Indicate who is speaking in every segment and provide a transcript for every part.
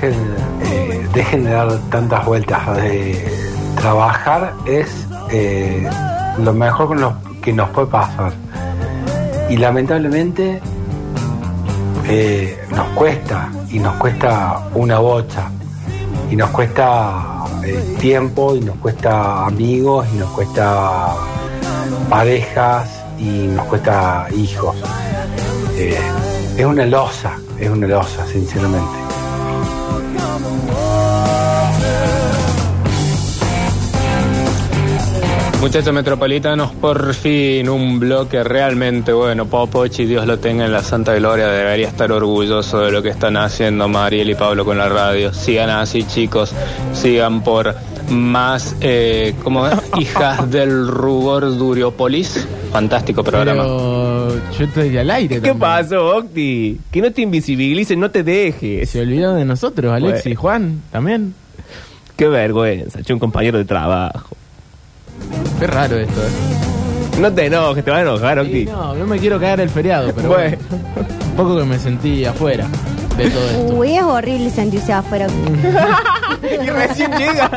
Speaker 1: eh, de dar tantas vueltas de trabajar es eh, lo mejor que nos, que nos puede pasar y lamentablemente eh, nos cuesta y nos cuesta una bocha y nos cuesta eh, tiempo y nos cuesta amigos y nos cuesta parejas y nos cuesta hijos eh, es una losa es una losa sinceramente
Speaker 2: Muchachos metropolitanos, por fin un bloque realmente bueno. Popochi, Dios lo tenga en la santa gloria, debería estar orgulloso de lo que están haciendo Mariel y Pablo con la radio. Sigan así, chicos, sigan por más, eh, ¿cómo es? Hijas del Rubor Duriopolis. Fantástico programa.
Speaker 3: Pero yo estoy al aire.
Speaker 4: ¿Qué
Speaker 3: también.
Speaker 4: pasó, Octi? Que no te invisibilicen, no te dejes.
Speaker 3: Se olvidaron de nosotros, Alexis y Juan también.
Speaker 4: Qué vergüenza, che, un compañero de trabajo.
Speaker 3: Qué raro esto. eh.
Speaker 4: No te enojes, te vas a enojar,
Speaker 3: Sí,
Speaker 4: Octi.
Speaker 3: no, no me quiero caer el feriado, pero bueno.
Speaker 4: Bueno.
Speaker 3: Un poco que me sentí afuera de todo esto.
Speaker 5: Uy, es horrible sentirse afuera.
Speaker 4: Mm. y recién llega.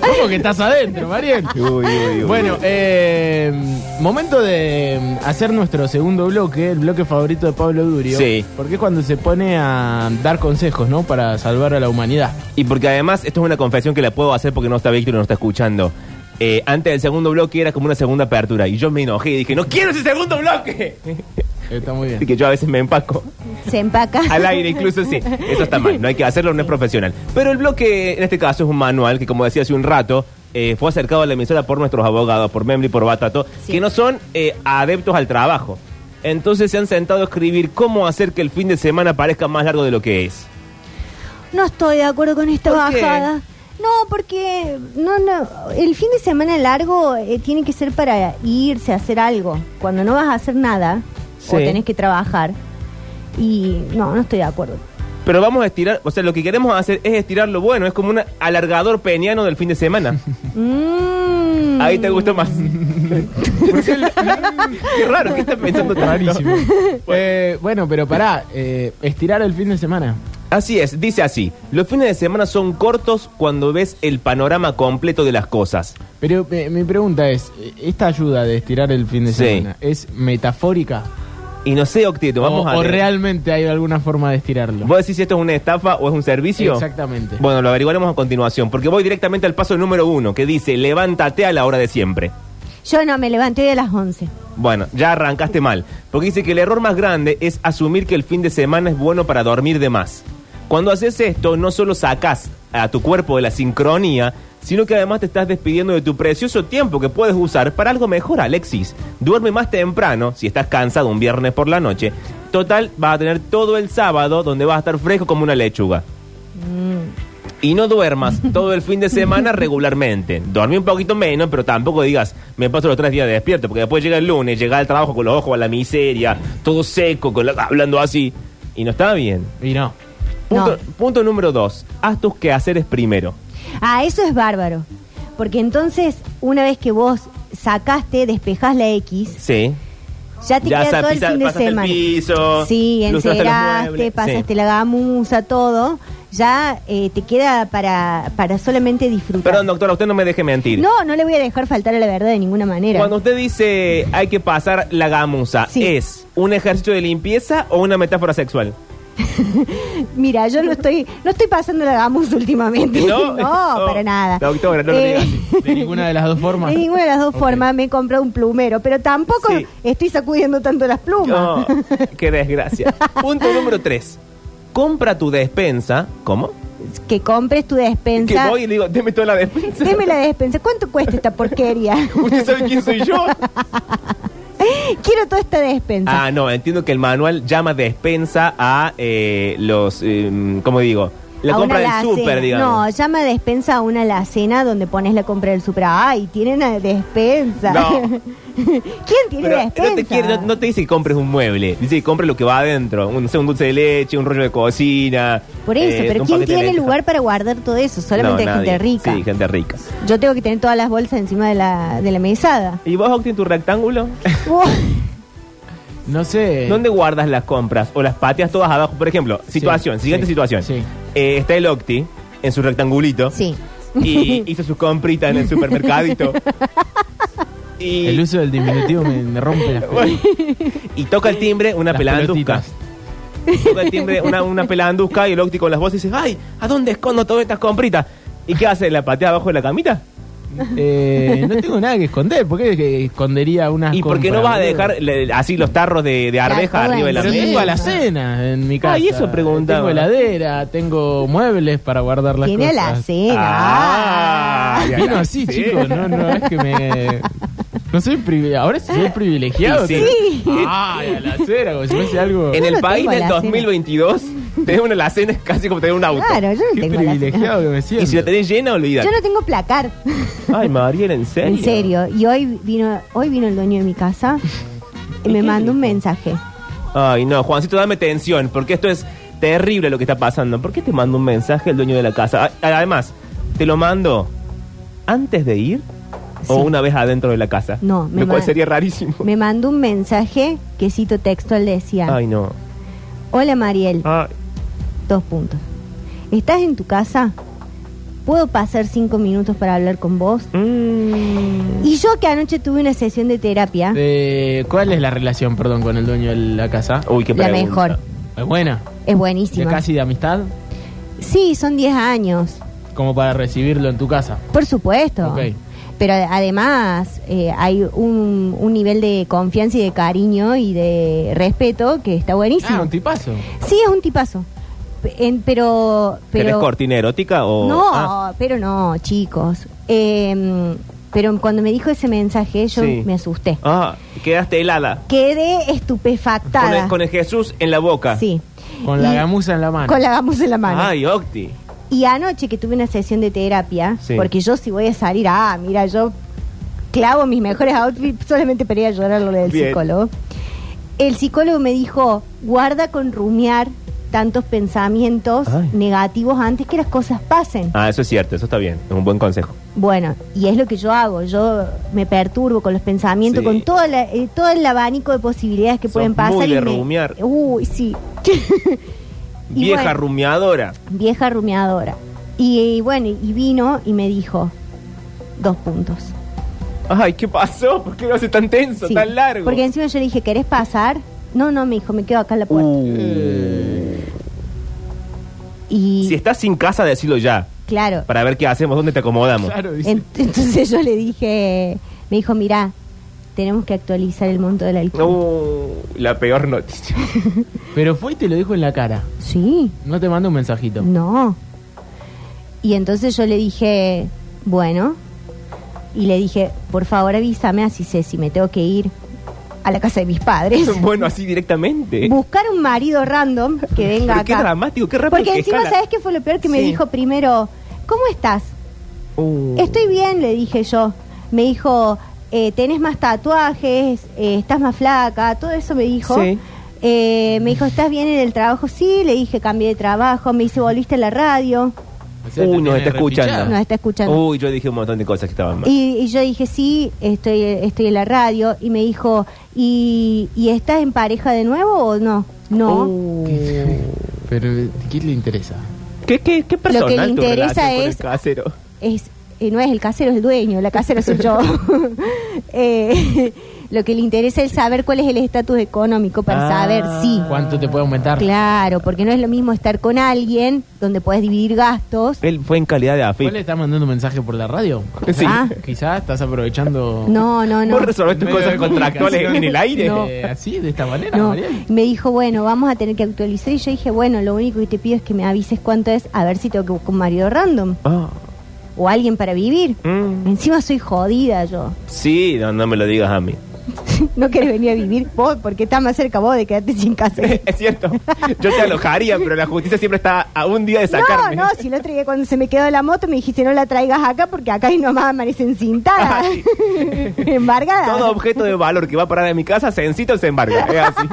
Speaker 3: ¿Cómo que estás adentro, Mariel?
Speaker 4: Uy, uy, uy.
Speaker 3: Bueno, eh, momento de mm, hacer nuestro segundo bloque, el bloque favorito de Pablo Durio.
Speaker 4: Sí.
Speaker 3: Porque es cuando se pone a dar consejos, ¿no? Para salvar a la humanidad.
Speaker 4: Y porque además, esto es una confesión que la puedo hacer porque no está Víctor y no está escuchando. Eh, antes del segundo bloque era como una segunda apertura y yo me enojé y dije, no quiero ese segundo bloque.
Speaker 3: Está muy
Speaker 4: Así
Speaker 3: bien.
Speaker 4: que yo a veces me empaco
Speaker 5: Se empaca.
Speaker 4: al aire, incluso sí. Eso está mal, no hay que hacerlo, no es profesional. Pero el bloque, en este caso, es un manual que, como decía hace un rato, eh, fue acercado a la emisora por nuestros abogados, por Memli, por Batato,
Speaker 5: Sí.
Speaker 4: que no son eh, adeptos al trabajo. Entonces se han sentado a escribir cómo hacer que el fin de semana parezca más largo de lo que es.
Speaker 5: No estoy de acuerdo con esta
Speaker 4: ¿Por qué?
Speaker 5: bajada. No, porque no, no, el fin de semana largo eh, tiene que ser para irse a hacer algo. Cuando no vas a hacer nada
Speaker 4: Sí.
Speaker 5: o tenés que trabajar. Y no, no estoy de acuerdo.
Speaker 4: Pero vamos a estirar, o sea, lo que queremos hacer es estirar lo bueno, es como un alargador peñano del fin de semana.
Speaker 5: Mm.
Speaker 4: Ahí te gustó más. Qué raro, ¿qué estás pensando tanto?
Speaker 3: Rarísimo. Eh, bueno, pero pará, eh, estirar el fin de semana.
Speaker 4: Así es, dice así. Los fines de semana son cortos cuando ves el panorama completo de las cosas.
Speaker 3: Pero eh, mi pregunta es, eh, ¿esta ayuda de estirar el fin de
Speaker 4: Sí.
Speaker 3: semana es metafórica?
Speaker 4: Y no sé, Octito, vamos
Speaker 3: o,
Speaker 4: a
Speaker 3: o
Speaker 4: ver.
Speaker 3: realmente hay alguna forma de estirarlo?
Speaker 4: ¿Vos decís si esto es una estafa o es un servicio?
Speaker 3: Exactamente.
Speaker 4: Bueno, lo averiguaremos a continuación, porque voy directamente al paso número uno, que dice, levántate a la hora de siempre.
Speaker 5: Yo no, me levanté de las 11.
Speaker 4: Bueno, ya arrancaste mal. Porque dice que el error más grande es asumir que el fin de semana es bueno para dormir de más. Cuando haces esto, no solo sacas a tu cuerpo de la sincronía, sino que además te estás despidiendo de tu precioso tiempo que puedes usar para algo mejor, Alexis. Duerme más temprano, si estás cansado un viernes por la noche. Total, vas a tener todo el sábado donde vas a estar fresco como una lechuga. Y no duermas todo el fin de semana regularmente. Dormí un poquito menos, pero tampoco digas, me paso los tres días despierto, porque después llega el lunes, llega al trabajo con los ojos a la miseria, todo seco, con la- hablando así. Y no está bien.
Speaker 3: Y no.
Speaker 4: Punto,
Speaker 5: No.
Speaker 4: punto número dos, haz tus quehaceres primero.
Speaker 5: Ah, eso es bárbaro. Porque entonces, una vez que vos sacaste, despejás la X,
Speaker 4: Sí.
Speaker 5: ya te
Speaker 4: Ya
Speaker 5: queda
Speaker 4: sa-
Speaker 5: todo el
Speaker 4: pisa-
Speaker 5: fin de
Speaker 4: pasaste el
Speaker 5: semana.
Speaker 4: piso,
Speaker 5: sí,
Speaker 4: lustraste los
Speaker 5: enceraste,
Speaker 4: muebles,
Speaker 5: pasaste
Speaker 4: sí.
Speaker 5: la gamuza, todo. Ya eh, te queda para, para solamente disfrutar.
Speaker 4: Perdón, doctora, usted no me deje mentir.
Speaker 5: no, no le voy a dejar faltar a la verdad de ninguna manera.
Speaker 4: Cuando usted dice hay que pasar la gamuza,
Speaker 5: Sí.
Speaker 4: ¿es un ejercicio de limpieza o una metáfora sexual?
Speaker 5: Mira, yo no estoy, no estoy pasando la gamuza últimamente.
Speaker 4: No. No,
Speaker 5: para nada. Eh,
Speaker 4: doctora, no lo diga así.
Speaker 3: De ninguna de las dos formas.
Speaker 5: De ninguna de las dos
Speaker 3: Ok.
Speaker 5: formas me he comprado un plumero, pero tampoco
Speaker 4: Sí.
Speaker 5: estoy sacudiendo tanto las plumas.
Speaker 4: No, qué desgracia. Punto número 3. Compra tu despensa. ¿Cómo?
Speaker 5: que compres tu despensa.
Speaker 4: Que voy y le digo, deme toda la despensa.
Speaker 5: Deme la despensa. ¿Cuánto cuesta esta porquería?
Speaker 4: ¿Usted sabe quién soy yo?
Speaker 5: Quiero toda esta despensa.
Speaker 4: Ah, no, entiendo que el manual llama despensa a eh, los. eh, ¿Cómo digo? La
Speaker 5: A
Speaker 4: compra
Speaker 5: una
Speaker 4: del
Speaker 5: alacena.
Speaker 4: súper, digamos.
Speaker 5: No, llama despensa a una alacena donde pones la compra del super. Ay, tienen una despensa.
Speaker 4: No.
Speaker 5: ¿Quién tiene
Speaker 4: Pero
Speaker 5: despensa?
Speaker 4: no te, quiere- no- no te dice que compres un mueble, dice que compres lo que va adentro, un, no sé, un dulce de leche, un rollo de cocina.
Speaker 5: Por eso,
Speaker 4: eh,
Speaker 5: pero
Speaker 4: un paquete
Speaker 5: ¿quién
Speaker 4: de
Speaker 5: tiene
Speaker 4: lentejas.
Speaker 5: lugar para guardar todo eso? Solamente
Speaker 4: No,
Speaker 5: hay gente
Speaker 4: nadie.
Speaker 5: rica.
Speaker 4: Sí, gente rica.
Speaker 5: Yo tengo que tener todas las bolsas encima de la, de la mesada.
Speaker 4: ¿Y vos, Octi, en tu rectángulo?
Speaker 5: Uah.
Speaker 3: No sé.
Speaker 4: ¿Dónde guardas las compras o las pateas todas abajo? Por ejemplo, situación,
Speaker 3: Eh. Sí,
Speaker 4: siguiente
Speaker 3: sí,
Speaker 4: situación.
Speaker 3: sí.
Speaker 4: Eh, está el Octi en su rectangulito.
Speaker 5: Sí.
Speaker 4: Y hizo sus compritas en el supermercadito. Y,
Speaker 3: El uso del diminutivo me, me rompe las
Speaker 4: bueno, y toca el timbre una
Speaker 3: Las
Speaker 4: pelanduzca.
Speaker 3: pelotitas.
Speaker 4: Toca el timbre una, una pelanduzca y el óptico con las voces dice, ay, ¿a dónde escondo todas estas compritas? ¿Y qué hace? ¿La patea abajo de la camita?
Speaker 3: Eh, no tengo nada que esconder. ¿Por qué que escondería unas
Speaker 4: ¿Y por qué no
Speaker 3: compras,
Speaker 4: vas a
Speaker 3: boludo?
Speaker 4: dejar le- así los tarros de, de arveja
Speaker 5: toda
Speaker 4: arriba de la
Speaker 3: Pero
Speaker 4: mesa?
Speaker 5: encima.
Speaker 3: tengo alacenas en mi casa.
Speaker 4: Ah, y eso preguntaba.
Speaker 3: Tengo heladera, tengo muebles para guardar las
Speaker 5: Tiene
Speaker 3: cosas.
Speaker 5: la cena.
Speaker 4: Ah, ya,
Speaker 3: Vino
Speaker 4: ya.
Speaker 3: así,
Speaker 4: Sí.
Speaker 3: chicos. No, no, es que me. No soy privilegiado. Ahora sí soy privilegiado.
Speaker 4: Sí,
Speaker 3: sí. Ay, alacera, como si fuese algo.
Speaker 4: En
Speaker 5: Yo
Speaker 4: el
Speaker 5: no
Speaker 4: país
Speaker 5: tengo
Speaker 4: del
Speaker 5: la cena.
Speaker 4: 2022, tener una alacena es casi como tener un auto.
Speaker 5: Claro, yo no
Speaker 3: Qué
Speaker 5: tengo la cena.
Speaker 3: privilegiado que me siento.
Speaker 4: Y si la tenés llena, olvídate.
Speaker 5: Yo no tengo placar.
Speaker 4: Ay, Mariela, ¿en serio?
Speaker 5: En serio. Y hoy vino, hoy vino el dueño de mi casa y
Speaker 4: ¿Y
Speaker 5: me
Speaker 4: qué
Speaker 5: mandó un
Speaker 4: dijo?
Speaker 5: mensaje.
Speaker 4: Ay, no, Juancito, dame tensión, porque esto es terrible lo que está pasando. ¿Por qué te mando un mensaje el dueño de la casa? A- Además, ¿te lo mando antes de ir o
Speaker 5: Sí.
Speaker 4: una vez adentro de la casa?
Speaker 5: No, me
Speaker 4: Lo cual
Speaker 5: ma-
Speaker 4: sería rarísimo.
Speaker 5: Me mandó un mensaje que cito textual decía,
Speaker 4: Ay, Ah. no.
Speaker 5: hola Mariel,
Speaker 4: Ay.
Speaker 5: dos puntos. ¿Estás en tu casa? ¿Puedo pasar cinco minutos para hablar con vos?
Speaker 4: Mm.
Speaker 5: Y yo que anoche tuve una sesión de terapia,
Speaker 3: Eh, ¿Cuál es la relación, perdón, con el dueño de la casa?
Speaker 4: Uy, qué
Speaker 5: la
Speaker 4: pregunta.
Speaker 5: mejor.
Speaker 3: Es buena.
Speaker 5: Es
Speaker 3: De
Speaker 5: buenísima.
Speaker 3: casi de amistad,
Speaker 5: Sí, son 10 años.
Speaker 3: como para recibirlo en tu casa.
Speaker 5: Por supuesto.
Speaker 3: Ok.
Speaker 5: Pero además eh, hay un, un nivel de confianza y de cariño y de respeto que está buenísimo.
Speaker 3: Ah, un tipazo.
Speaker 5: sí, es un tipazo. P- en- pero,
Speaker 4: ¿Tenés
Speaker 5: pero
Speaker 4: cortina erótica o.?
Speaker 5: No,
Speaker 4: Ah,
Speaker 5: pero no, chicos. Eh, pero cuando me dijo ese mensaje yo
Speaker 4: Sí.
Speaker 5: me asusté.
Speaker 4: Ah, quedaste helada.
Speaker 5: Quedé
Speaker 4: Con
Speaker 5: estupefactada.
Speaker 4: el, con el Jesús en la boca.
Speaker 5: Sí.
Speaker 3: Con la
Speaker 5: Y-
Speaker 3: gamuza en la mano.
Speaker 5: Con la gamuza en la mano.
Speaker 4: Ay, Octi.
Speaker 5: Y anoche que tuve una sesión de terapia,
Speaker 4: Sí.
Speaker 5: porque yo si voy a salir, ah, mira, yo clavo mis mejores outfits solamente para ir a llorar lo del
Speaker 4: Bien.
Speaker 5: psicólogo. El psicólogo me dijo, guarda con rumiar tantos pensamientos
Speaker 4: Ay.
Speaker 5: negativos antes que las cosas pasen.
Speaker 4: Ah, eso es cierto, eso está bien. Es un buen consejo.
Speaker 5: Bueno, y es lo que yo hago, yo me perturbo con los pensamientos,
Speaker 4: Sí.
Speaker 5: con toda la- eh, todo el abanico de posibilidades que
Speaker 4: Sos
Speaker 5: pueden pasar.
Speaker 4: muy de
Speaker 5: y me-
Speaker 4: rumiar.
Speaker 5: Uy, sí. Y
Speaker 4: Vieja
Speaker 5: bueno.
Speaker 4: rumiadora.
Speaker 5: vieja rumiadora. Y, eh, bueno, y vino y me dijo dos puntos.
Speaker 4: Ay, ¿qué pasó? ¿Por qué lo hace tan tenso,
Speaker 5: Sí.
Speaker 4: tan largo?
Speaker 5: Porque encima yo le dije, ¿querés pasar? No, no, me dijo, me quedo acá en la puerta.
Speaker 4: Uh,
Speaker 3: Uh.
Speaker 4: Eh,
Speaker 5: y
Speaker 4: Si estás sin casa, decilo ya.
Speaker 5: claro,
Speaker 4: Para ver qué hacemos, dónde te acomodamos.
Speaker 3: Claro, dice.
Speaker 5: en- entonces yo le dije, me dijo, mirá, tenemos que actualizar el monto del alquiler.
Speaker 4: Uh, la peor noticia.
Speaker 3: Pero fue y te lo dijo en la cara.
Speaker 5: Sí,
Speaker 3: No te mando un mensajito.
Speaker 5: no. Y entonces yo le dije, bueno, y le dije, por favor avísame así sé si me tengo que ir a la casa de mis padres.
Speaker 4: bueno, así directamente.
Speaker 5: buscar un marido random que venga
Speaker 4: Pero
Speaker 5: acá.
Speaker 4: qué dramático, qué rápido
Speaker 5: Porque
Speaker 4: que
Speaker 5: encima,
Speaker 4: escala.
Speaker 5: ¿sabes qué fue lo peor que me
Speaker 4: Sí.
Speaker 5: dijo primero? ¿Cómo estás?
Speaker 4: Uh.
Speaker 5: Estoy bien, le dije yo. Me dijo, eh, tenés más tatuajes, eh, estás más flaca, todo eso me dijo.
Speaker 4: Sí.
Speaker 5: Eh, me dijo, ¿estás bien en el trabajo? Sí, le dije, cambié de trabajo. Me dice, ¿volviste a la radio?
Speaker 3: O sea, te
Speaker 4: Uy, nos
Speaker 3: tiene
Speaker 4: está escuchando.
Speaker 3: repichado.
Speaker 5: Nos está escuchando.
Speaker 4: Uy, yo dije un montón de cosas que estaban mal.
Speaker 5: Y, y yo dije, sí, estoy, estoy en la radio. Y me dijo, ¿y, y estás en pareja de nuevo o no? No.
Speaker 4: Uh.
Speaker 3: Pero, ¿qué le interesa?
Speaker 4: ¿Qué, qué, qué personal
Speaker 5: Lo que le
Speaker 4: tu
Speaker 5: interesa
Speaker 4: relación con el
Speaker 5: es-
Speaker 4: casero?
Speaker 5: es eh, no es el casero, es el dueño, la casera soy yo. Eh, lo que le interesa es saber cuál es el estatus económico para
Speaker 4: Ah.
Speaker 5: saber si.
Speaker 3: ¿Cuánto te puede aumentar?
Speaker 5: Claro, porque no es lo mismo estar con alguien donde puedes dividir gastos.
Speaker 4: Él fue en calidad de
Speaker 3: ¿Vos le
Speaker 4: AFIP.
Speaker 3: estás mandando un mensaje por la radio?
Speaker 4: Sí.
Speaker 5: Ah.
Speaker 3: Quizás estás aprovechando...
Speaker 5: No, no, no.
Speaker 4: Vos resolvés tus
Speaker 3: Medio
Speaker 4: cosas
Speaker 3: de
Speaker 4: contractuales
Speaker 3: comunicación.
Speaker 4: en el aire.
Speaker 3: No. Eh, así, de esta manera,
Speaker 5: No.
Speaker 3: Mariel.
Speaker 5: Me dijo, bueno, vamos a tener que actualizar. Y yo dije, bueno, lo único que te pido es que me avises cuánto es, a ver si tengo que buscar un marido random
Speaker 4: Ah.
Speaker 5: o alguien para vivir.
Speaker 4: Mm.
Speaker 5: Encima soy jodida yo.
Speaker 4: Sí, no, no me lo digas a mí.
Speaker 5: No querés venir a vivir vos porque estás más cerca vos de quedarte sin casa.
Speaker 4: es cierto. Yo te alojaría, pero la justicia siempre está a un día de sacarme.
Speaker 5: No, no, si el otro día cuando se me quedó la moto me dijiste no la traigas acá porque acá y nomás amanecen cintada,
Speaker 4: Ay.
Speaker 5: embargada.
Speaker 4: Todo objeto de valor que va a parar en mi casa, sencito se embarga. Es así.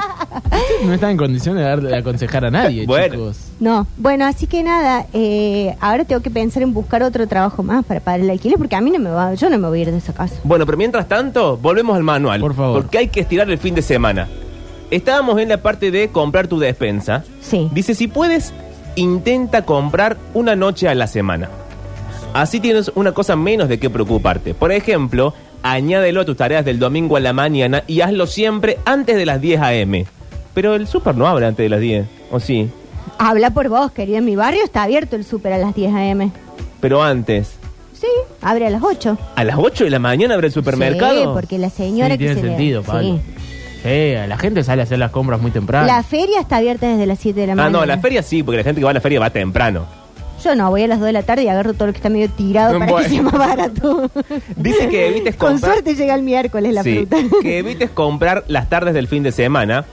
Speaker 3: No está en condiciones de, dar- de aconsejar a nadie,
Speaker 4: Bueno.
Speaker 3: chicos.
Speaker 5: No, bueno, así que nada, eh, ahora tengo que pensar en buscar otro trabajo más para pagar el alquiler porque a mí no me va, yo no me voy a ir de esa casa.
Speaker 4: Bueno, pero mientras tanto, volvemos al manual.
Speaker 3: Por favor.
Speaker 4: Porque hay que estirar el fin de semana. Estábamos en la parte de comprar tu despensa.
Speaker 5: Sí.
Speaker 4: Dice, si puedes, Intenta comprar una noche a la semana. Así tienes una cosa menos de qué preocuparte. Por ejemplo, añádelo a tus tareas del domingo a la mañana y hazlo siempre antes de las 10 a.m. Pero el súper no abre antes de las 10, ¿o sí?
Speaker 5: Habla por vos, querido. En mi barrio está abierto el súper a las 10 a.m.
Speaker 4: Pero antes,
Speaker 5: Sí, abre a las 8.
Speaker 4: ¿a las 8 de la mañana abre el supermercado?
Speaker 5: Sí, porque la señora
Speaker 3: Sí,
Speaker 5: que
Speaker 3: tiene
Speaker 5: se le-
Speaker 3: sentido,
Speaker 5: sí.
Speaker 3: Pablo. Sí, la gente sale a hacer las compras muy temprano.
Speaker 5: La feria está abierta desde las 7 de la
Speaker 4: Ah,
Speaker 5: mañana.
Speaker 4: no, la feria sí, porque la gente que va a la feria va temprano.
Speaker 5: Yo no, voy a las 2 de la tarde y agarro todo lo que está medio tirado para
Speaker 4: Bueno.
Speaker 5: que sea más barato.
Speaker 4: Dice que evites
Speaker 5: Con
Speaker 4: comprar-
Speaker 5: suerte llega el miércoles la
Speaker 4: Sí,
Speaker 5: fruta.
Speaker 4: que evites comprar las tardes del fin de semana,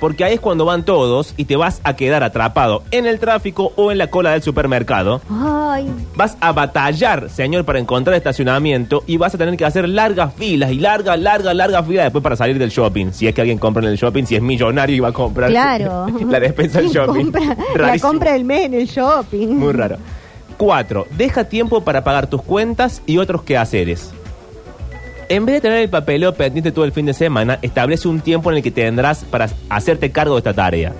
Speaker 4: porque ahí es cuando van todos y te vas a quedar atrapado en el tráfico o en la cola del supermercado.
Speaker 5: Ay,
Speaker 4: Vas a batallar, señor, para encontrar estacionamiento y vas a tener que hacer largas filas y larga, larga, larga fila después para salir del shopping. Si es que alguien compra en el shopping, si es millonario y va a comprar
Speaker 5: claro.
Speaker 4: la despensa del
Speaker 5: Sí,
Speaker 4: shopping.
Speaker 5: compra- la
Speaker 4: Rarísimo.
Speaker 5: compra del mes en el shopping.
Speaker 4: Muy raro. Cuatro, deja tiempo para pagar tus cuentas y otros quehaceres. En vez de tener el papeleo pendiente todo el fin de semana, establece un tiempo en el que tendrás para hacerte cargo de esta tarea.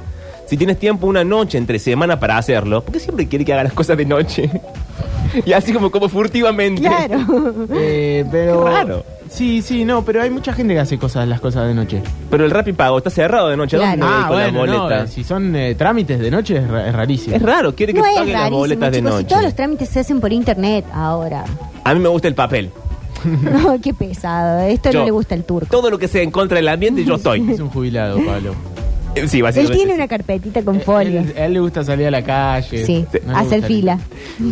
Speaker 4: Si tienes tiempo una noche entre semana para hacerlo, ¿por qué siempre quiere que haga las cosas de noche? y así como, como furtivamente.
Speaker 5: Claro.
Speaker 3: Eh, pero...
Speaker 4: Qué raro.
Speaker 3: Sí, sí, no, pero hay mucha gente que hace cosas, las cosas de noche.
Speaker 4: Pero el Rappi Pago está cerrado de noche. ¿Dónde
Speaker 5: Claro.
Speaker 4: me
Speaker 3: Ah,
Speaker 4: dedico
Speaker 3: bueno,
Speaker 4: la
Speaker 3: no,
Speaker 4: boleta?
Speaker 3: eh, si son eh, trámites de noche es, ra- es rarísimo.
Speaker 4: Es raro, quiere que
Speaker 5: No
Speaker 4: paguen
Speaker 5: es
Speaker 4: las
Speaker 5: rarísimo,
Speaker 4: boletas de
Speaker 5: chicos,
Speaker 4: noche.
Speaker 5: y todos los trámites se hacen por internet ahora.
Speaker 4: A mí me gusta el papel.
Speaker 5: No, qué pesado. Esto
Speaker 4: Yo-
Speaker 5: no le gusta al turco.
Speaker 4: Todo lo que sea en contra del ambiente, yo estoy.
Speaker 3: Es un jubilado, Pablo. Eh,
Speaker 4: Eh, sí,
Speaker 5: Él
Speaker 4: básicamente.
Speaker 5: tiene una carpetita con folios.
Speaker 3: Él- A él le gusta salir a la calle.
Speaker 5: Sí,
Speaker 3: No le
Speaker 5: hacer
Speaker 3: gusta-
Speaker 5: fila.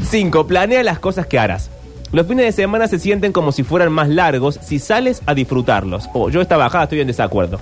Speaker 4: 5. Planea las cosas que harás. Los fines de semana se sienten como si fueran más largos si sales a disfrutarlos. O yo esta bajada estoy en desacuerdo.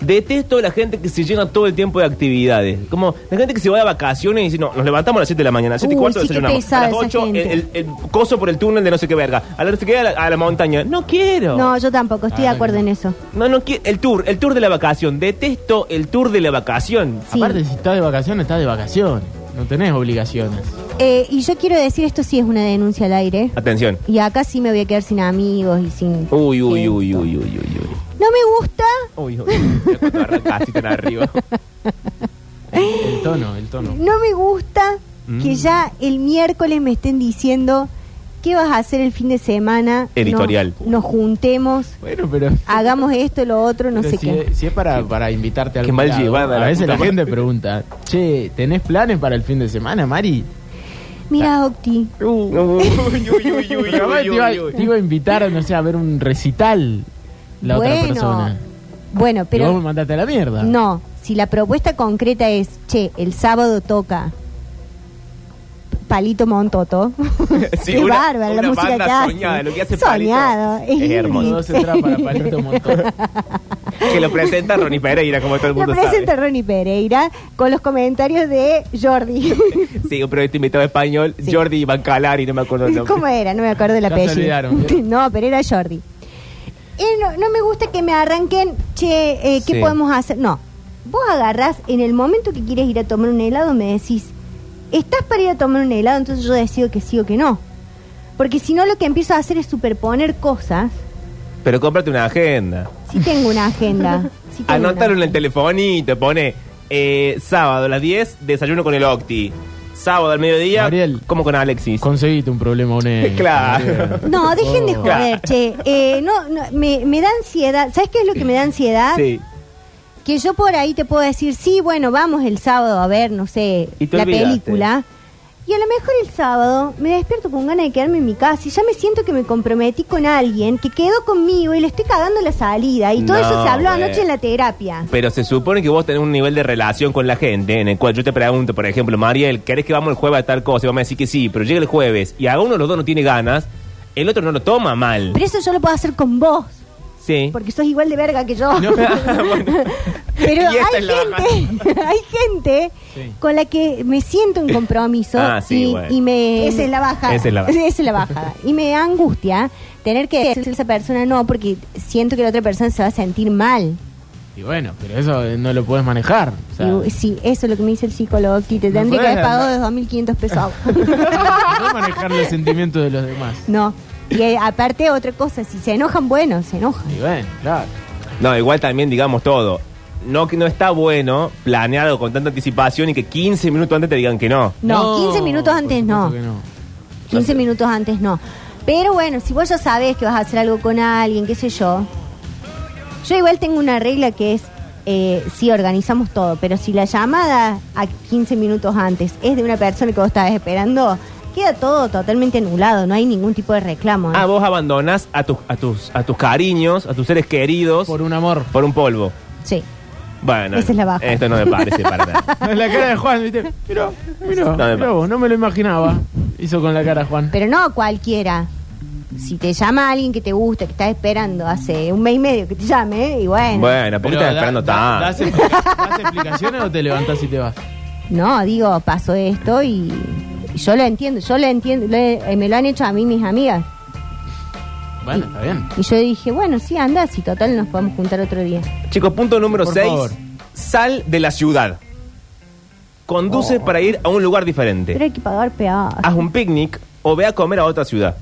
Speaker 4: Detesto la gente que se llena todo el tiempo de actividades. Como la gente que se va de vacaciones y dice, no, nos levantamos a las 7 de la mañana, 7 y
Speaker 5: Uy,
Speaker 4: cuarto
Speaker 5: sí, qué
Speaker 4: desayunamos. A
Speaker 5: pesada
Speaker 4: las
Speaker 5: esa
Speaker 4: 8 el,
Speaker 5: gente.
Speaker 4: el- el coso por el túnel de no sé qué verga. A las que a la, a la montaña. No quiero.
Speaker 5: No, yo tampoco, estoy de
Speaker 3: Ah,
Speaker 5: acuerdo
Speaker 3: no.
Speaker 5: en eso.
Speaker 4: No, no quiero. El tour, el tour de la vacación. Detesto el tour de la vacación.
Speaker 5: Sí.
Speaker 3: Aparte, si estás de vacaciones, estás de vacaciones. No tenés obligaciones.
Speaker 5: Eh, y yo quiero decir, esto sí es una denuncia al aire.
Speaker 4: Atención.
Speaker 5: Y acá sí me voy a quedar sin amigos y sin...
Speaker 4: Uy, uy, uy, uy,
Speaker 5: Siento.
Speaker 4: uy, uy, uy.
Speaker 5: No me gusta
Speaker 4: Uy, uy, uy. Cuando arranca así tan arriba.
Speaker 3: El tono, el tono.
Speaker 5: No me gusta
Speaker 3: Mm.
Speaker 5: que ya el miércoles me estén diciendo qué vas a hacer el fin de semana.
Speaker 4: Editorial.
Speaker 5: Nos, nos juntemos,
Speaker 3: Bueno, pero.
Speaker 5: hagamos esto, lo otro, no
Speaker 3: pero
Speaker 5: sé
Speaker 3: si,
Speaker 5: qué.
Speaker 3: Es, si es para, para invitarte a
Speaker 4: Qué
Speaker 3: algún
Speaker 4: mal
Speaker 3: lado,
Speaker 4: llevada
Speaker 3: A
Speaker 4: la
Speaker 3: veces
Speaker 4: puta
Speaker 3: la
Speaker 4: madre.
Speaker 3: gente pregunta, che, ¿tenés planes para el fin de semana, Mari?
Speaker 5: Mira, Octi.
Speaker 4: Uy, uy, uy, uy,
Speaker 3: Pero, Mari,
Speaker 4: uy,
Speaker 3: te, iba,
Speaker 4: uy, uy.
Speaker 3: te iba a invitar, no sé, a ver un recital la otra persona.
Speaker 5: Bueno,
Speaker 3: Pero, vos me
Speaker 5: pero
Speaker 3: mandaste a la mierda.
Speaker 5: no. Si la propuesta concreta es, che, el sábado toca Palito Montoto.
Speaker 4: Sí,
Speaker 5: Qué
Speaker 4: una-
Speaker 5: bárbaro la
Speaker 4: una
Speaker 5: música
Speaker 4: banda
Speaker 5: que hace.
Speaker 4: soñada, lo que hace
Speaker 5: Soñado.
Speaker 4: Palito es hermoso.
Speaker 3: Todo se traba para Palito Montón.
Speaker 4: Que lo presenta Ronnie Pereira, como todo el
Speaker 5: Lo
Speaker 4: mundo
Speaker 5: presenta
Speaker 4: sabe.
Speaker 5: Ronnie Pereira con los comentarios de Jordi.
Speaker 4: Sí, un periodista invitado español,
Speaker 5: Sí.
Speaker 4: Jordi Bancalari, no me acuerdo el nombre.
Speaker 5: ¿Cómo era? No me acuerdo del
Speaker 3: Ya se
Speaker 5: apellido.
Speaker 3: olvidaron, ¿vieron?
Speaker 5: no, pero era Jordi. Eh, no, no me gusta que me arranquen, che, eh, ¿qué
Speaker 4: Sí.
Speaker 5: podemos hacer? No. Vos agarrás, en el momento que quieres ir a tomar un helado, me decís, ¿estás para ir a tomar un helado? Entonces yo decido que sí o que no. Porque si no, lo que empiezo a hacer es superponer cosas.
Speaker 4: Pero cómprate una agenda.
Speaker 5: Sí tengo una agenda. Sí tengo una
Speaker 4: Anótalo en el
Speaker 5: agenda.
Speaker 4: telefonito, pone eh, sábado a las 10, desayuno con el Octi. Sábado al mediodía,
Speaker 3: Gabriel.
Speaker 4: como con Alexis.
Speaker 3: Conseguiste un problema, una.
Speaker 4: Claro.
Speaker 5: No, dejen de
Speaker 3: Oh.
Speaker 5: joder, che. Eh, no, no, me, me da ansiedad. ¿Sabes qué es lo que me da ansiedad?
Speaker 4: Sí.
Speaker 5: que yo por ahí te puedo decir, sí, bueno, vamos el sábado a ver, no sé,
Speaker 4: Y te
Speaker 5: la
Speaker 4: olvidaste.
Speaker 5: película. Y a lo mejor el sábado me despierto con ganas de quedarme en mi casa y ya me siento que me comprometí con alguien que quedó conmigo y le estoy cagando la salida. Y todo
Speaker 4: No,
Speaker 5: eso se habló
Speaker 4: bueno.
Speaker 5: anoche en la terapia.
Speaker 4: Pero se supone que vos tenés un nivel de relación con la gente en el cual yo te pregunto, por ejemplo, Mariel, ¿querés que vamos el jueves a tal cosa? Y vamos a decir que sí, pero llega el jueves y a uno de los dos no tiene ganas, el otro no lo toma mal.
Speaker 5: Pero eso yo lo puedo hacer con vos,
Speaker 4: Sí.
Speaker 5: porque sos igual de verga que yo.
Speaker 4: Bueno.
Speaker 5: Pero
Speaker 4: Y esta
Speaker 5: hay
Speaker 4: es la
Speaker 5: gente, hay gente
Speaker 3: Sí.
Speaker 5: con la que me siento en compromiso
Speaker 4: Ah, sí,
Speaker 5: y,
Speaker 4: bueno.
Speaker 5: y me... Esa es la bajada.
Speaker 4: Esa es la bajada.
Speaker 5: Esa es la bajada. Y me angustia tener que decirle a esa persona no, porque siento que la otra persona se va a sentir mal.
Speaker 3: Y bueno, pero eso eh, no lo puedes manejar. o sea,
Speaker 5: Y, sí, eso es lo que me dice el psicólogo, que te
Speaker 3: No
Speaker 5: tendría que haber
Speaker 3: puedes
Speaker 5: pagado 2.500 pesos.
Speaker 3: no puedes manejar los sentimientos de los demás.
Speaker 5: no. Y eh, aparte otra cosa, si se enojan, bueno, se enojan.
Speaker 3: Y bueno, claro.
Speaker 4: No, igual también digamos todo. no, que no está bueno planeado con tanta anticipación y que 15 minutos antes te digan que no.
Speaker 5: No, 15 minutos
Speaker 3: por
Speaker 5: antes
Speaker 3: supuesto
Speaker 5: no.
Speaker 3: que
Speaker 5: 15 minutos antes no. Pero bueno, si vos ya sabés que vas a hacer algo con alguien, qué sé yo. Yo igual tengo una regla que es, eh, sí, organizamos todo, pero si la llamada a 15 minutos antes es de una persona que vos estabas esperando, queda todo totalmente anulado, no hay ningún tipo de reclamo. ¿eh?
Speaker 4: Ah, vos abandonás a tus, a tus, a tus cariños, a tus seres queridos
Speaker 3: Por
Speaker 4: por,
Speaker 3: un amor.
Speaker 4: un polvo.
Speaker 5: Sí.
Speaker 4: Bueno,
Speaker 5: Esa es la baja.
Speaker 4: esto no me parece para nada.
Speaker 3: la cara de Juan, ¿viste? Miró, miró,
Speaker 4: No me
Speaker 3: miró vos, no me lo imaginaba. Hizo con la cara Juan.
Speaker 5: Pero no a cualquiera. Si te llama alguien que te gusta, que estás esperando hace un mes y medio que te llame, ¿eh? y bueno.
Speaker 4: Bueno, ¿por qué estás
Speaker 3: Pero
Speaker 4: esperando
Speaker 3: da- da- ¿Das
Speaker 4: tanto?
Speaker 3: explica- das explicaciones o te levantas y te vas?
Speaker 5: No, digo, pasó esto y, y yo lo entiendo, yo lo entiendo, lo he- eh, me lo han hecho a mí mis amigas.
Speaker 3: Bueno, está bien.
Speaker 5: Y yo dije, bueno, sí, anda, si total nos podemos juntar otro día.
Speaker 4: Chicos, punto número
Speaker 3: Por
Speaker 4: 6.
Speaker 3: favor.
Speaker 4: Sal de la ciudad. Conduce
Speaker 3: Oh.
Speaker 4: para ir a un lugar diferente.
Speaker 5: Pero hay que pagar peor.
Speaker 4: haz un picnic o ve a comer a otra ciudad.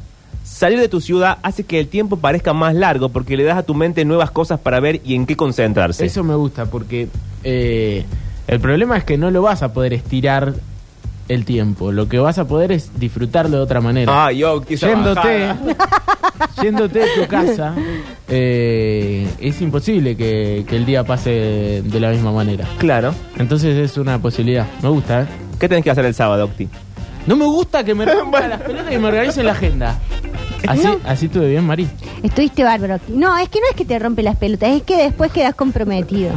Speaker 4: Salir de tu ciudad hace que el tiempo parezca más largo porque le das a tu mente nuevas cosas para ver y en qué concentrarse.
Speaker 3: Eso me gusta porque eh, el problema es que no lo vas a poder estirar el tiempo. Lo que vas a poder es disfrutarlo de otra manera.
Speaker 4: Ah, yo quizá
Speaker 3: yéndote,
Speaker 4: bajada.
Speaker 3: yéndote de tu casa, eh, es imposible que, que el día pase de la misma manera.
Speaker 4: Claro.
Speaker 3: Entonces es una posibilidad. Me gusta, ¿eh?
Speaker 4: ¿Qué tenés que hacer el sábado, Octi?
Speaker 3: No me gusta que me rompan las pelotas y me organicen la agenda. Así,
Speaker 5: No.
Speaker 3: así estuve bien, Mari.
Speaker 5: Estuviste bárbaro. No, es que no es que te rompe las pelotas, es que después quedas comprometido.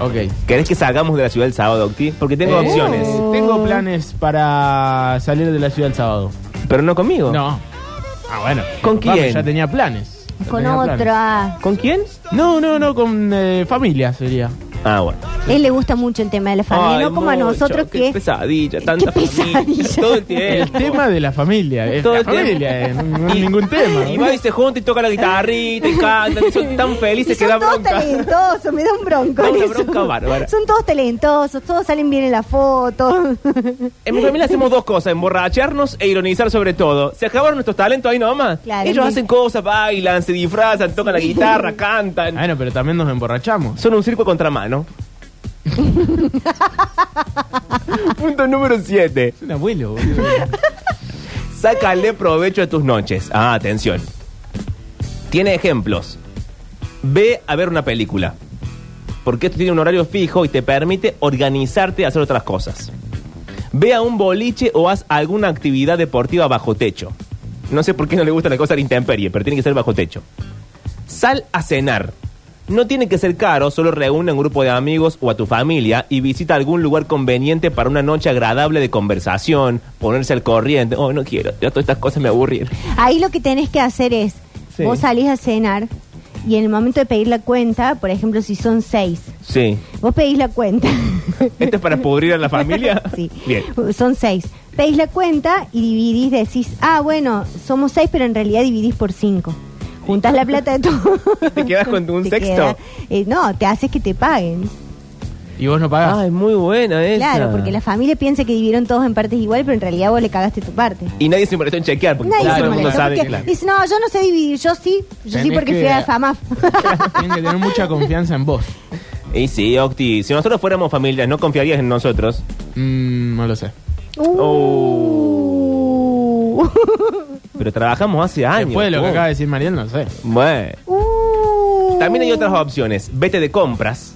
Speaker 3: Ok.
Speaker 4: ¿Querés que salgamos de la ciudad el sábado, Octi? Porque tengo
Speaker 3: Eh,
Speaker 4: opciones.
Speaker 3: Tengo planes para salir de la ciudad el sábado.
Speaker 4: Pero no conmigo.
Speaker 3: No. Ah, bueno.
Speaker 4: ¿Con
Speaker 3: Vamos,
Speaker 4: quién?
Speaker 3: ya tenía planes. Ya
Speaker 5: Con
Speaker 3: tenía planes.
Speaker 5: otra.
Speaker 4: ¿Con quién?
Speaker 3: No, no, no, con eh, familia sería.
Speaker 4: Ah, bueno.
Speaker 5: Él le gusta mucho el tema de la familia,
Speaker 4: Ay,
Speaker 5: no como a
Speaker 4: mucho,
Speaker 5: nosotros
Speaker 4: Qué
Speaker 5: que.
Speaker 4: pesadilla, tanta
Speaker 5: qué
Speaker 4: familia.
Speaker 5: pesadilla.
Speaker 4: Todo el
Speaker 3: El
Speaker 4: tiempo.
Speaker 3: tema de la familia. Es
Speaker 4: Todo
Speaker 3: la
Speaker 4: el tiempo.
Speaker 3: familia, eh, no, no es
Speaker 4: Y-
Speaker 3: ningún tema.
Speaker 4: Y va y se junta y toca la guitarrita y canta. y son tan
Speaker 5: Y
Speaker 4: felices que da
Speaker 5: son todos
Speaker 4: bronca.
Speaker 5: talentosos, me da un bronco.
Speaker 4: Da
Speaker 5: en
Speaker 4: una
Speaker 5: eso.
Speaker 4: bronca bárbara.
Speaker 5: Son todos talentosos, todos salen bien en la foto.
Speaker 4: En mi familia hacemos dos cosas, emborracharnos e ironizar sobre todo. Se acabaron nuestros talentos ahí nomás.
Speaker 5: Claro,
Speaker 4: Ellos
Speaker 5: sí.
Speaker 4: hacen cosas, bailan, se disfrazan, tocan la guitarra, cantan.
Speaker 3: Bueno, pero también nos emborrachamos.
Speaker 4: Son un circo contramano. Punto número 7.
Speaker 3: Es un abuelo, boludo.
Speaker 4: Sácale provecho a tus noches. Ah, atención. Tiene ejemplos. Ve a ver una película. Porque esto tiene un horario fijo y te permite organizarte y hacer otras cosas. Ve a un boliche o haz alguna actividad deportiva bajo techo. No sé por qué no le gusta la cosa de la intemperie, pero tiene que ser bajo techo. Sal a cenar. No tiene que ser caro, solo reúne a un grupo de amigos o a tu familia y visita algún lugar conveniente para una noche agradable de conversación, ponerse al corriente. Oh, no quiero, ya todas estas cosas me aburrieron.
Speaker 5: Ahí lo que tenés que hacer es,
Speaker 4: Sí.
Speaker 5: vos salís a cenar y en el momento de pedir la cuenta, por ejemplo, si son seis,
Speaker 4: Sí.
Speaker 5: vos pedís la cuenta.
Speaker 4: ¿Esto es para pudrir a la familia?
Speaker 5: Sí.
Speaker 4: Bien.
Speaker 5: Son seis. Pedís la cuenta y dividís, decís, ah, bueno, somos seis, pero en realidad dividís por cinco. Juntás la plata de todo. Eh,
Speaker 4: ¿Te quedas con un sexto?
Speaker 5: no, te haces que te paguen.
Speaker 3: Y vos no pagás.
Speaker 4: Ah, es muy buena esa.
Speaker 5: Claro, porque la familia piensa que dividieron todos en partes igual, pero en realidad vos le cagaste tu parte.
Speaker 4: Y nadie se molestó en chequear, porque
Speaker 5: Nadie
Speaker 4: todo
Speaker 5: se
Speaker 4: el mundo
Speaker 5: molestó
Speaker 4: sabe.
Speaker 5: porque
Speaker 4: claro.
Speaker 5: dice, no, yo no sé dividir, yo sí, yo sí
Speaker 3: Tenés
Speaker 5: porque
Speaker 3: que-
Speaker 5: fui a la FAMAF.
Speaker 3: Tienen que tener mucha confianza en vos.
Speaker 4: Y sí, Octi, si nosotros fuéramos familia, ¿no confiarías en nosotros?
Speaker 3: Mm, no lo sé.
Speaker 5: Uh.
Speaker 4: Pero trabajamos hace años.
Speaker 3: Después de lo que
Speaker 4: Oh.
Speaker 3: acaba de decir Mariel, no sé.
Speaker 4: Bueno.
Speaker 5: Uh.
Speaker 4: También hay otras opciones. Vete de compras.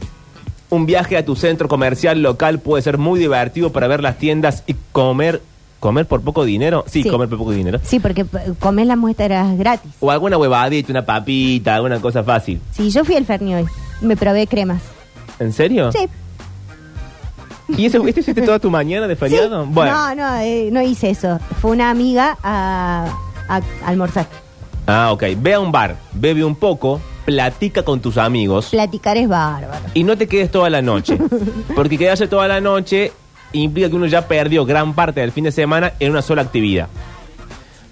Speaker 4: Un viaje a tu centro comercial local puede ser muy divertido para ver las tiendas y comer. ¿Comer por poco dinero? Sí,
Speaker 5: Sí.
Speaker 4: comer por poco dinero.
Speaker 5: Sí, porque p- comés las muestras gratis.
Speaker 4: O alguna huevadita, una papita, alguna cosa fácil.
Speaker 5: Sí, yo fui al Ferni hoy, me probé cremas.
Speaker 4: ¿En serio?
Speaker 5: Sí.
Speaker 4: ¿Y eso, esto hiciste toda tu mañana de
Speaker 5: sí.
Speaker 4: feriado? Bueno.
Speaker 5: No, no, eh, no hice eso. Fue una amiga a, a almorzar.
Speaker 4: Ah, ok. Ve a un bar, bebe un poco, platica con tus amigos
Speaker 5: Platicar es bárbaro.
Speaker 4: y no te quedes toda la noche. Porque quedarse toda la noche implica que uno ya perdió gran parte del fin de semana en una sola actividad.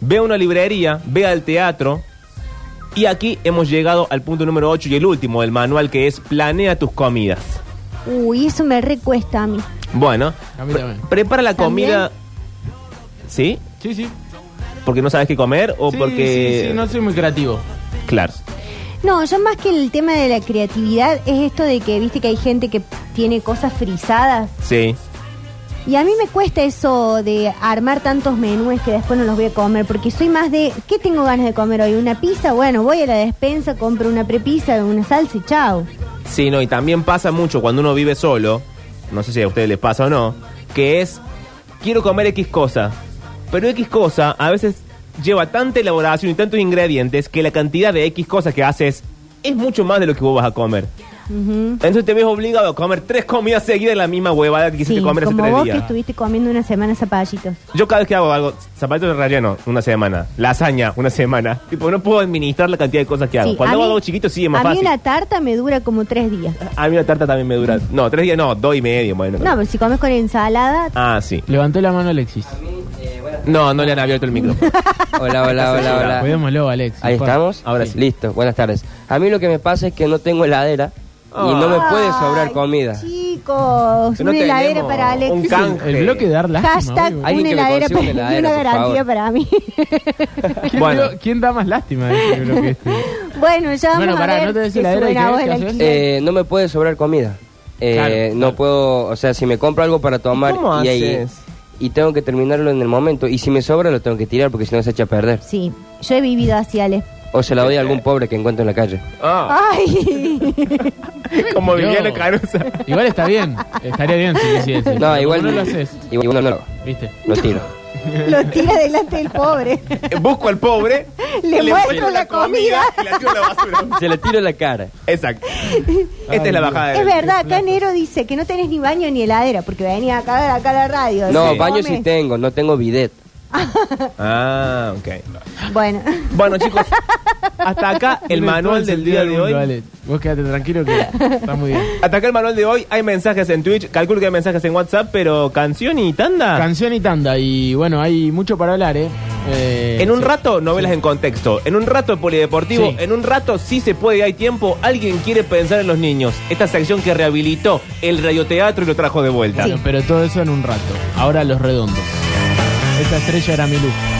Speaker 4: Ve a una librería, ve al teatro. Y aquí hemos llegado al punto número 8 y el último del manual que es planea tus comidas.
Speaker 5: Uy, eso me recuesta a mí.
Speaker 4: Bueno,
Speaker 3: A mí también.
Speaker 4: prepara la
Speaker 5: ¿También?
Speaker 4: comida. ¿Sí?
Speaker 3: Sí, sí.
Speaker 4: Oh, ¿Porque no sabes qué comer o
Speaker 3: Sí,
Speaker 4: porque.?
Speaker 3: sí, sí, no soy muy creativo.
Speaker 4: Claro.
Speaker 5: No, yo más que el tema de la creatividad es esto de que, viste que hay gente que tiene cosas frisadas.
Speaker 4: Sí.
Speaker 5: Y a mí me cuesta eso de armar tantos menús que después no los voy a comer, porque soy más de, ¿qué tengo ganas de comer hoy? ¿Una pizza? Bueno, voy a la despensa, compro una prepizza, una salsa y chao.
Speaker 4: Sí, no, y también pasa mucho cuando uno vive solo, no sé si a ustedes les pasa o no, que es, quiero comer X cosa, pero X cosa a veces lleva tanta elaboración y tantos ingredientes que la cantidad de X cosas que haces es mucho más de lo que vos vas a comer. Entonces te ves obligado a comer tres comidas seguidas en la misma huevada que quisiste
Speaker 5: Sí,
Speaker 4: comer hace
Speaker 5: como
Speaker 4: tres
Speaker 5: vos que
Speaker 4: días.
Speaker 5: estuviste comiendo una semana zapallitos.
Speaker 4: Yo cada vez que hago algo, zapatos de relleno, una semana, lasaña, una semana, tipo, no puedo administrar la cantidad de cosas que hago.
Speaker 5: Sí,
Speaker 4: Cuando
Speaker 5: a
Speaker 4: hago
Speaker 5: mí-
Speaker 4: algo chiquito sí es más
Speaker 5: A mí
Speaker 4: fácil.
Speaker 5: una tarta me dura como tres días.
Speaker 4: A mí una tarta también me dura, no, tres días no, dos y medio, bueno.
Speaker 5: No, pero si comes con ensalada,
Speaker 4: Ah, sí.
Speaker 3: Levantó la mano Alexis.
Speaker 4: No, no le han abierto el micrófono.
Speaker 6: Hola, hola, hola, hola.
Speaker 3: Cuidémoslo, Alexis.
Speaker 6: Ahí
Speaker 3: por-
Speaker 6: estamos.
Speaker 4: Ahora sí.
Speaker 6: Listo, buenas tardes. A mí lo que me pasa es que no tengo heladera y no me Ah, puede sobrar
Speaker 5: Ay,
Speaker 6: comida.
Speaker 5: Chicos,
Speaker 4: No
Speaker 5: una heladera
Speaker 4: tenemos
Speaker 5: para
Speaker 4: un
Speaker 5: Alexis.
Speaker 4: canje.
Speaker 3: El bloque de dar lástima,
Speaker 5: Hashtag
Speaker 3: boludo.
Speaker 6: Alguien
Speaker 5: una
Speaker 6: que me
Speaker 5: heladera,
Speaker 6: consiga una
Speaker 5: para- y
Speaker 6: heladera,
Speaker 5: una
Speaker 6: por
Speaker 5: garantía
Speaker 6: favor.
Speaker 5: para mí.
Speaker 3: ¿Quién,
Speaker 4: Bueno.
Speaker 3: dio- quién da más lástima de ese bloque este?
Speaker 5: bueno, ya vamos
Speaker 3: Bueno,
Speaker 5: a
Speaker 3: pará,
Speaker 5: ver
Speaker 3: no te des
Speaker 5: si
Speaker 3: heladera y
Speaker 5: suben a
Speaker 3: qué-
Speaker 5: vos
Speaker 3: qué
Speaker 5: el
Speaker 3: haces?
Speaker 5: alquiler.
Speaker 6: Eh, no me puede sobrar comida. Eh,
Speaker 3: Claro,
Speaker 6: no puedo, o sea, si me compro algo para tomar
Speaker 4: ¿Cómo
Speaker 6: y,
Speaker 4: haces?
Speaker 6: y tengo que terminarlo en el momento y si me sobra lo tengo que tirar porque si no se echa a perder.
Speaker 5: Sí, yo he vivido así, Ale.
Speaker 6: O se la doy a algún pobre que encuentro en la calle.
Speaker 4: Ah,
Speaker 5: Ay,
Speaker 4: como
Speaker 3: Yo-
Speaker 4: Viviana Carusa.
Speaker 3: Igual está bien. Estaría bien si lo hiciese.
Speaker 6: No,
Speaker 3: Pero
Speaker 6: igual
Speaker 3: como no lo haces.
Speaker 6: Igual no, no, no,
Speaker 3: ¿Viste?
Speaker 6: lo tiro.
Speaker 5: lo tira delante del pobre.
Speaker 4: Busco al pobre,
Speaker 5: Le muestro la comida.
Speaker 4: y la tiro a la basura.
Speaker 6: Se la tiro en la cara.
Speaker 4: Exacto. Esta es la bajada.
Speaker 5: Es
Speaker 4: del-
Speaker 5: verdad, acá Nero dice que no tenés ni baño ni heladera, porque venía acá, acá a la radio.
Speaker 6: No,
Speaker 5: se
Speaker 6: baño
Speaker 5: come.
Speaker 6: sí tengo, no tengo bidet.
Speaker 4: Ah, ok.
Speaker 5: Bueno,
Speaker 4: Bueno, chicos, hasta acá el manual del día de hoy.
Speaker 3: Vos quédate tranquilo que está muy bien.
Speaker 4: Hasta acá el manual de hoy. Hay mensajes en Twitch. Calculo que hay mensajes en WhatsApp, pero canción y tanda.
Speaker 3: Canción y tanda. Y bueno, hay mucho para hablar, ¿eh? Eh,
Speaker 4: en un
Speaker 3: sí.
Speaker 4: rato, novelas en contexto. En un rato, polideportivo.
Speaker 3: Sí.
Speaker 4: En un rato, sí se puede, hay tiempo. Alguien quiere pensar en los niños. Esta sección que rehabilitó el radioteatro y lo trajo de vuelta.
Speaker 3: Claro, pero todo eso en un rato. Ahora los redondos. Esa estrella era mi luz.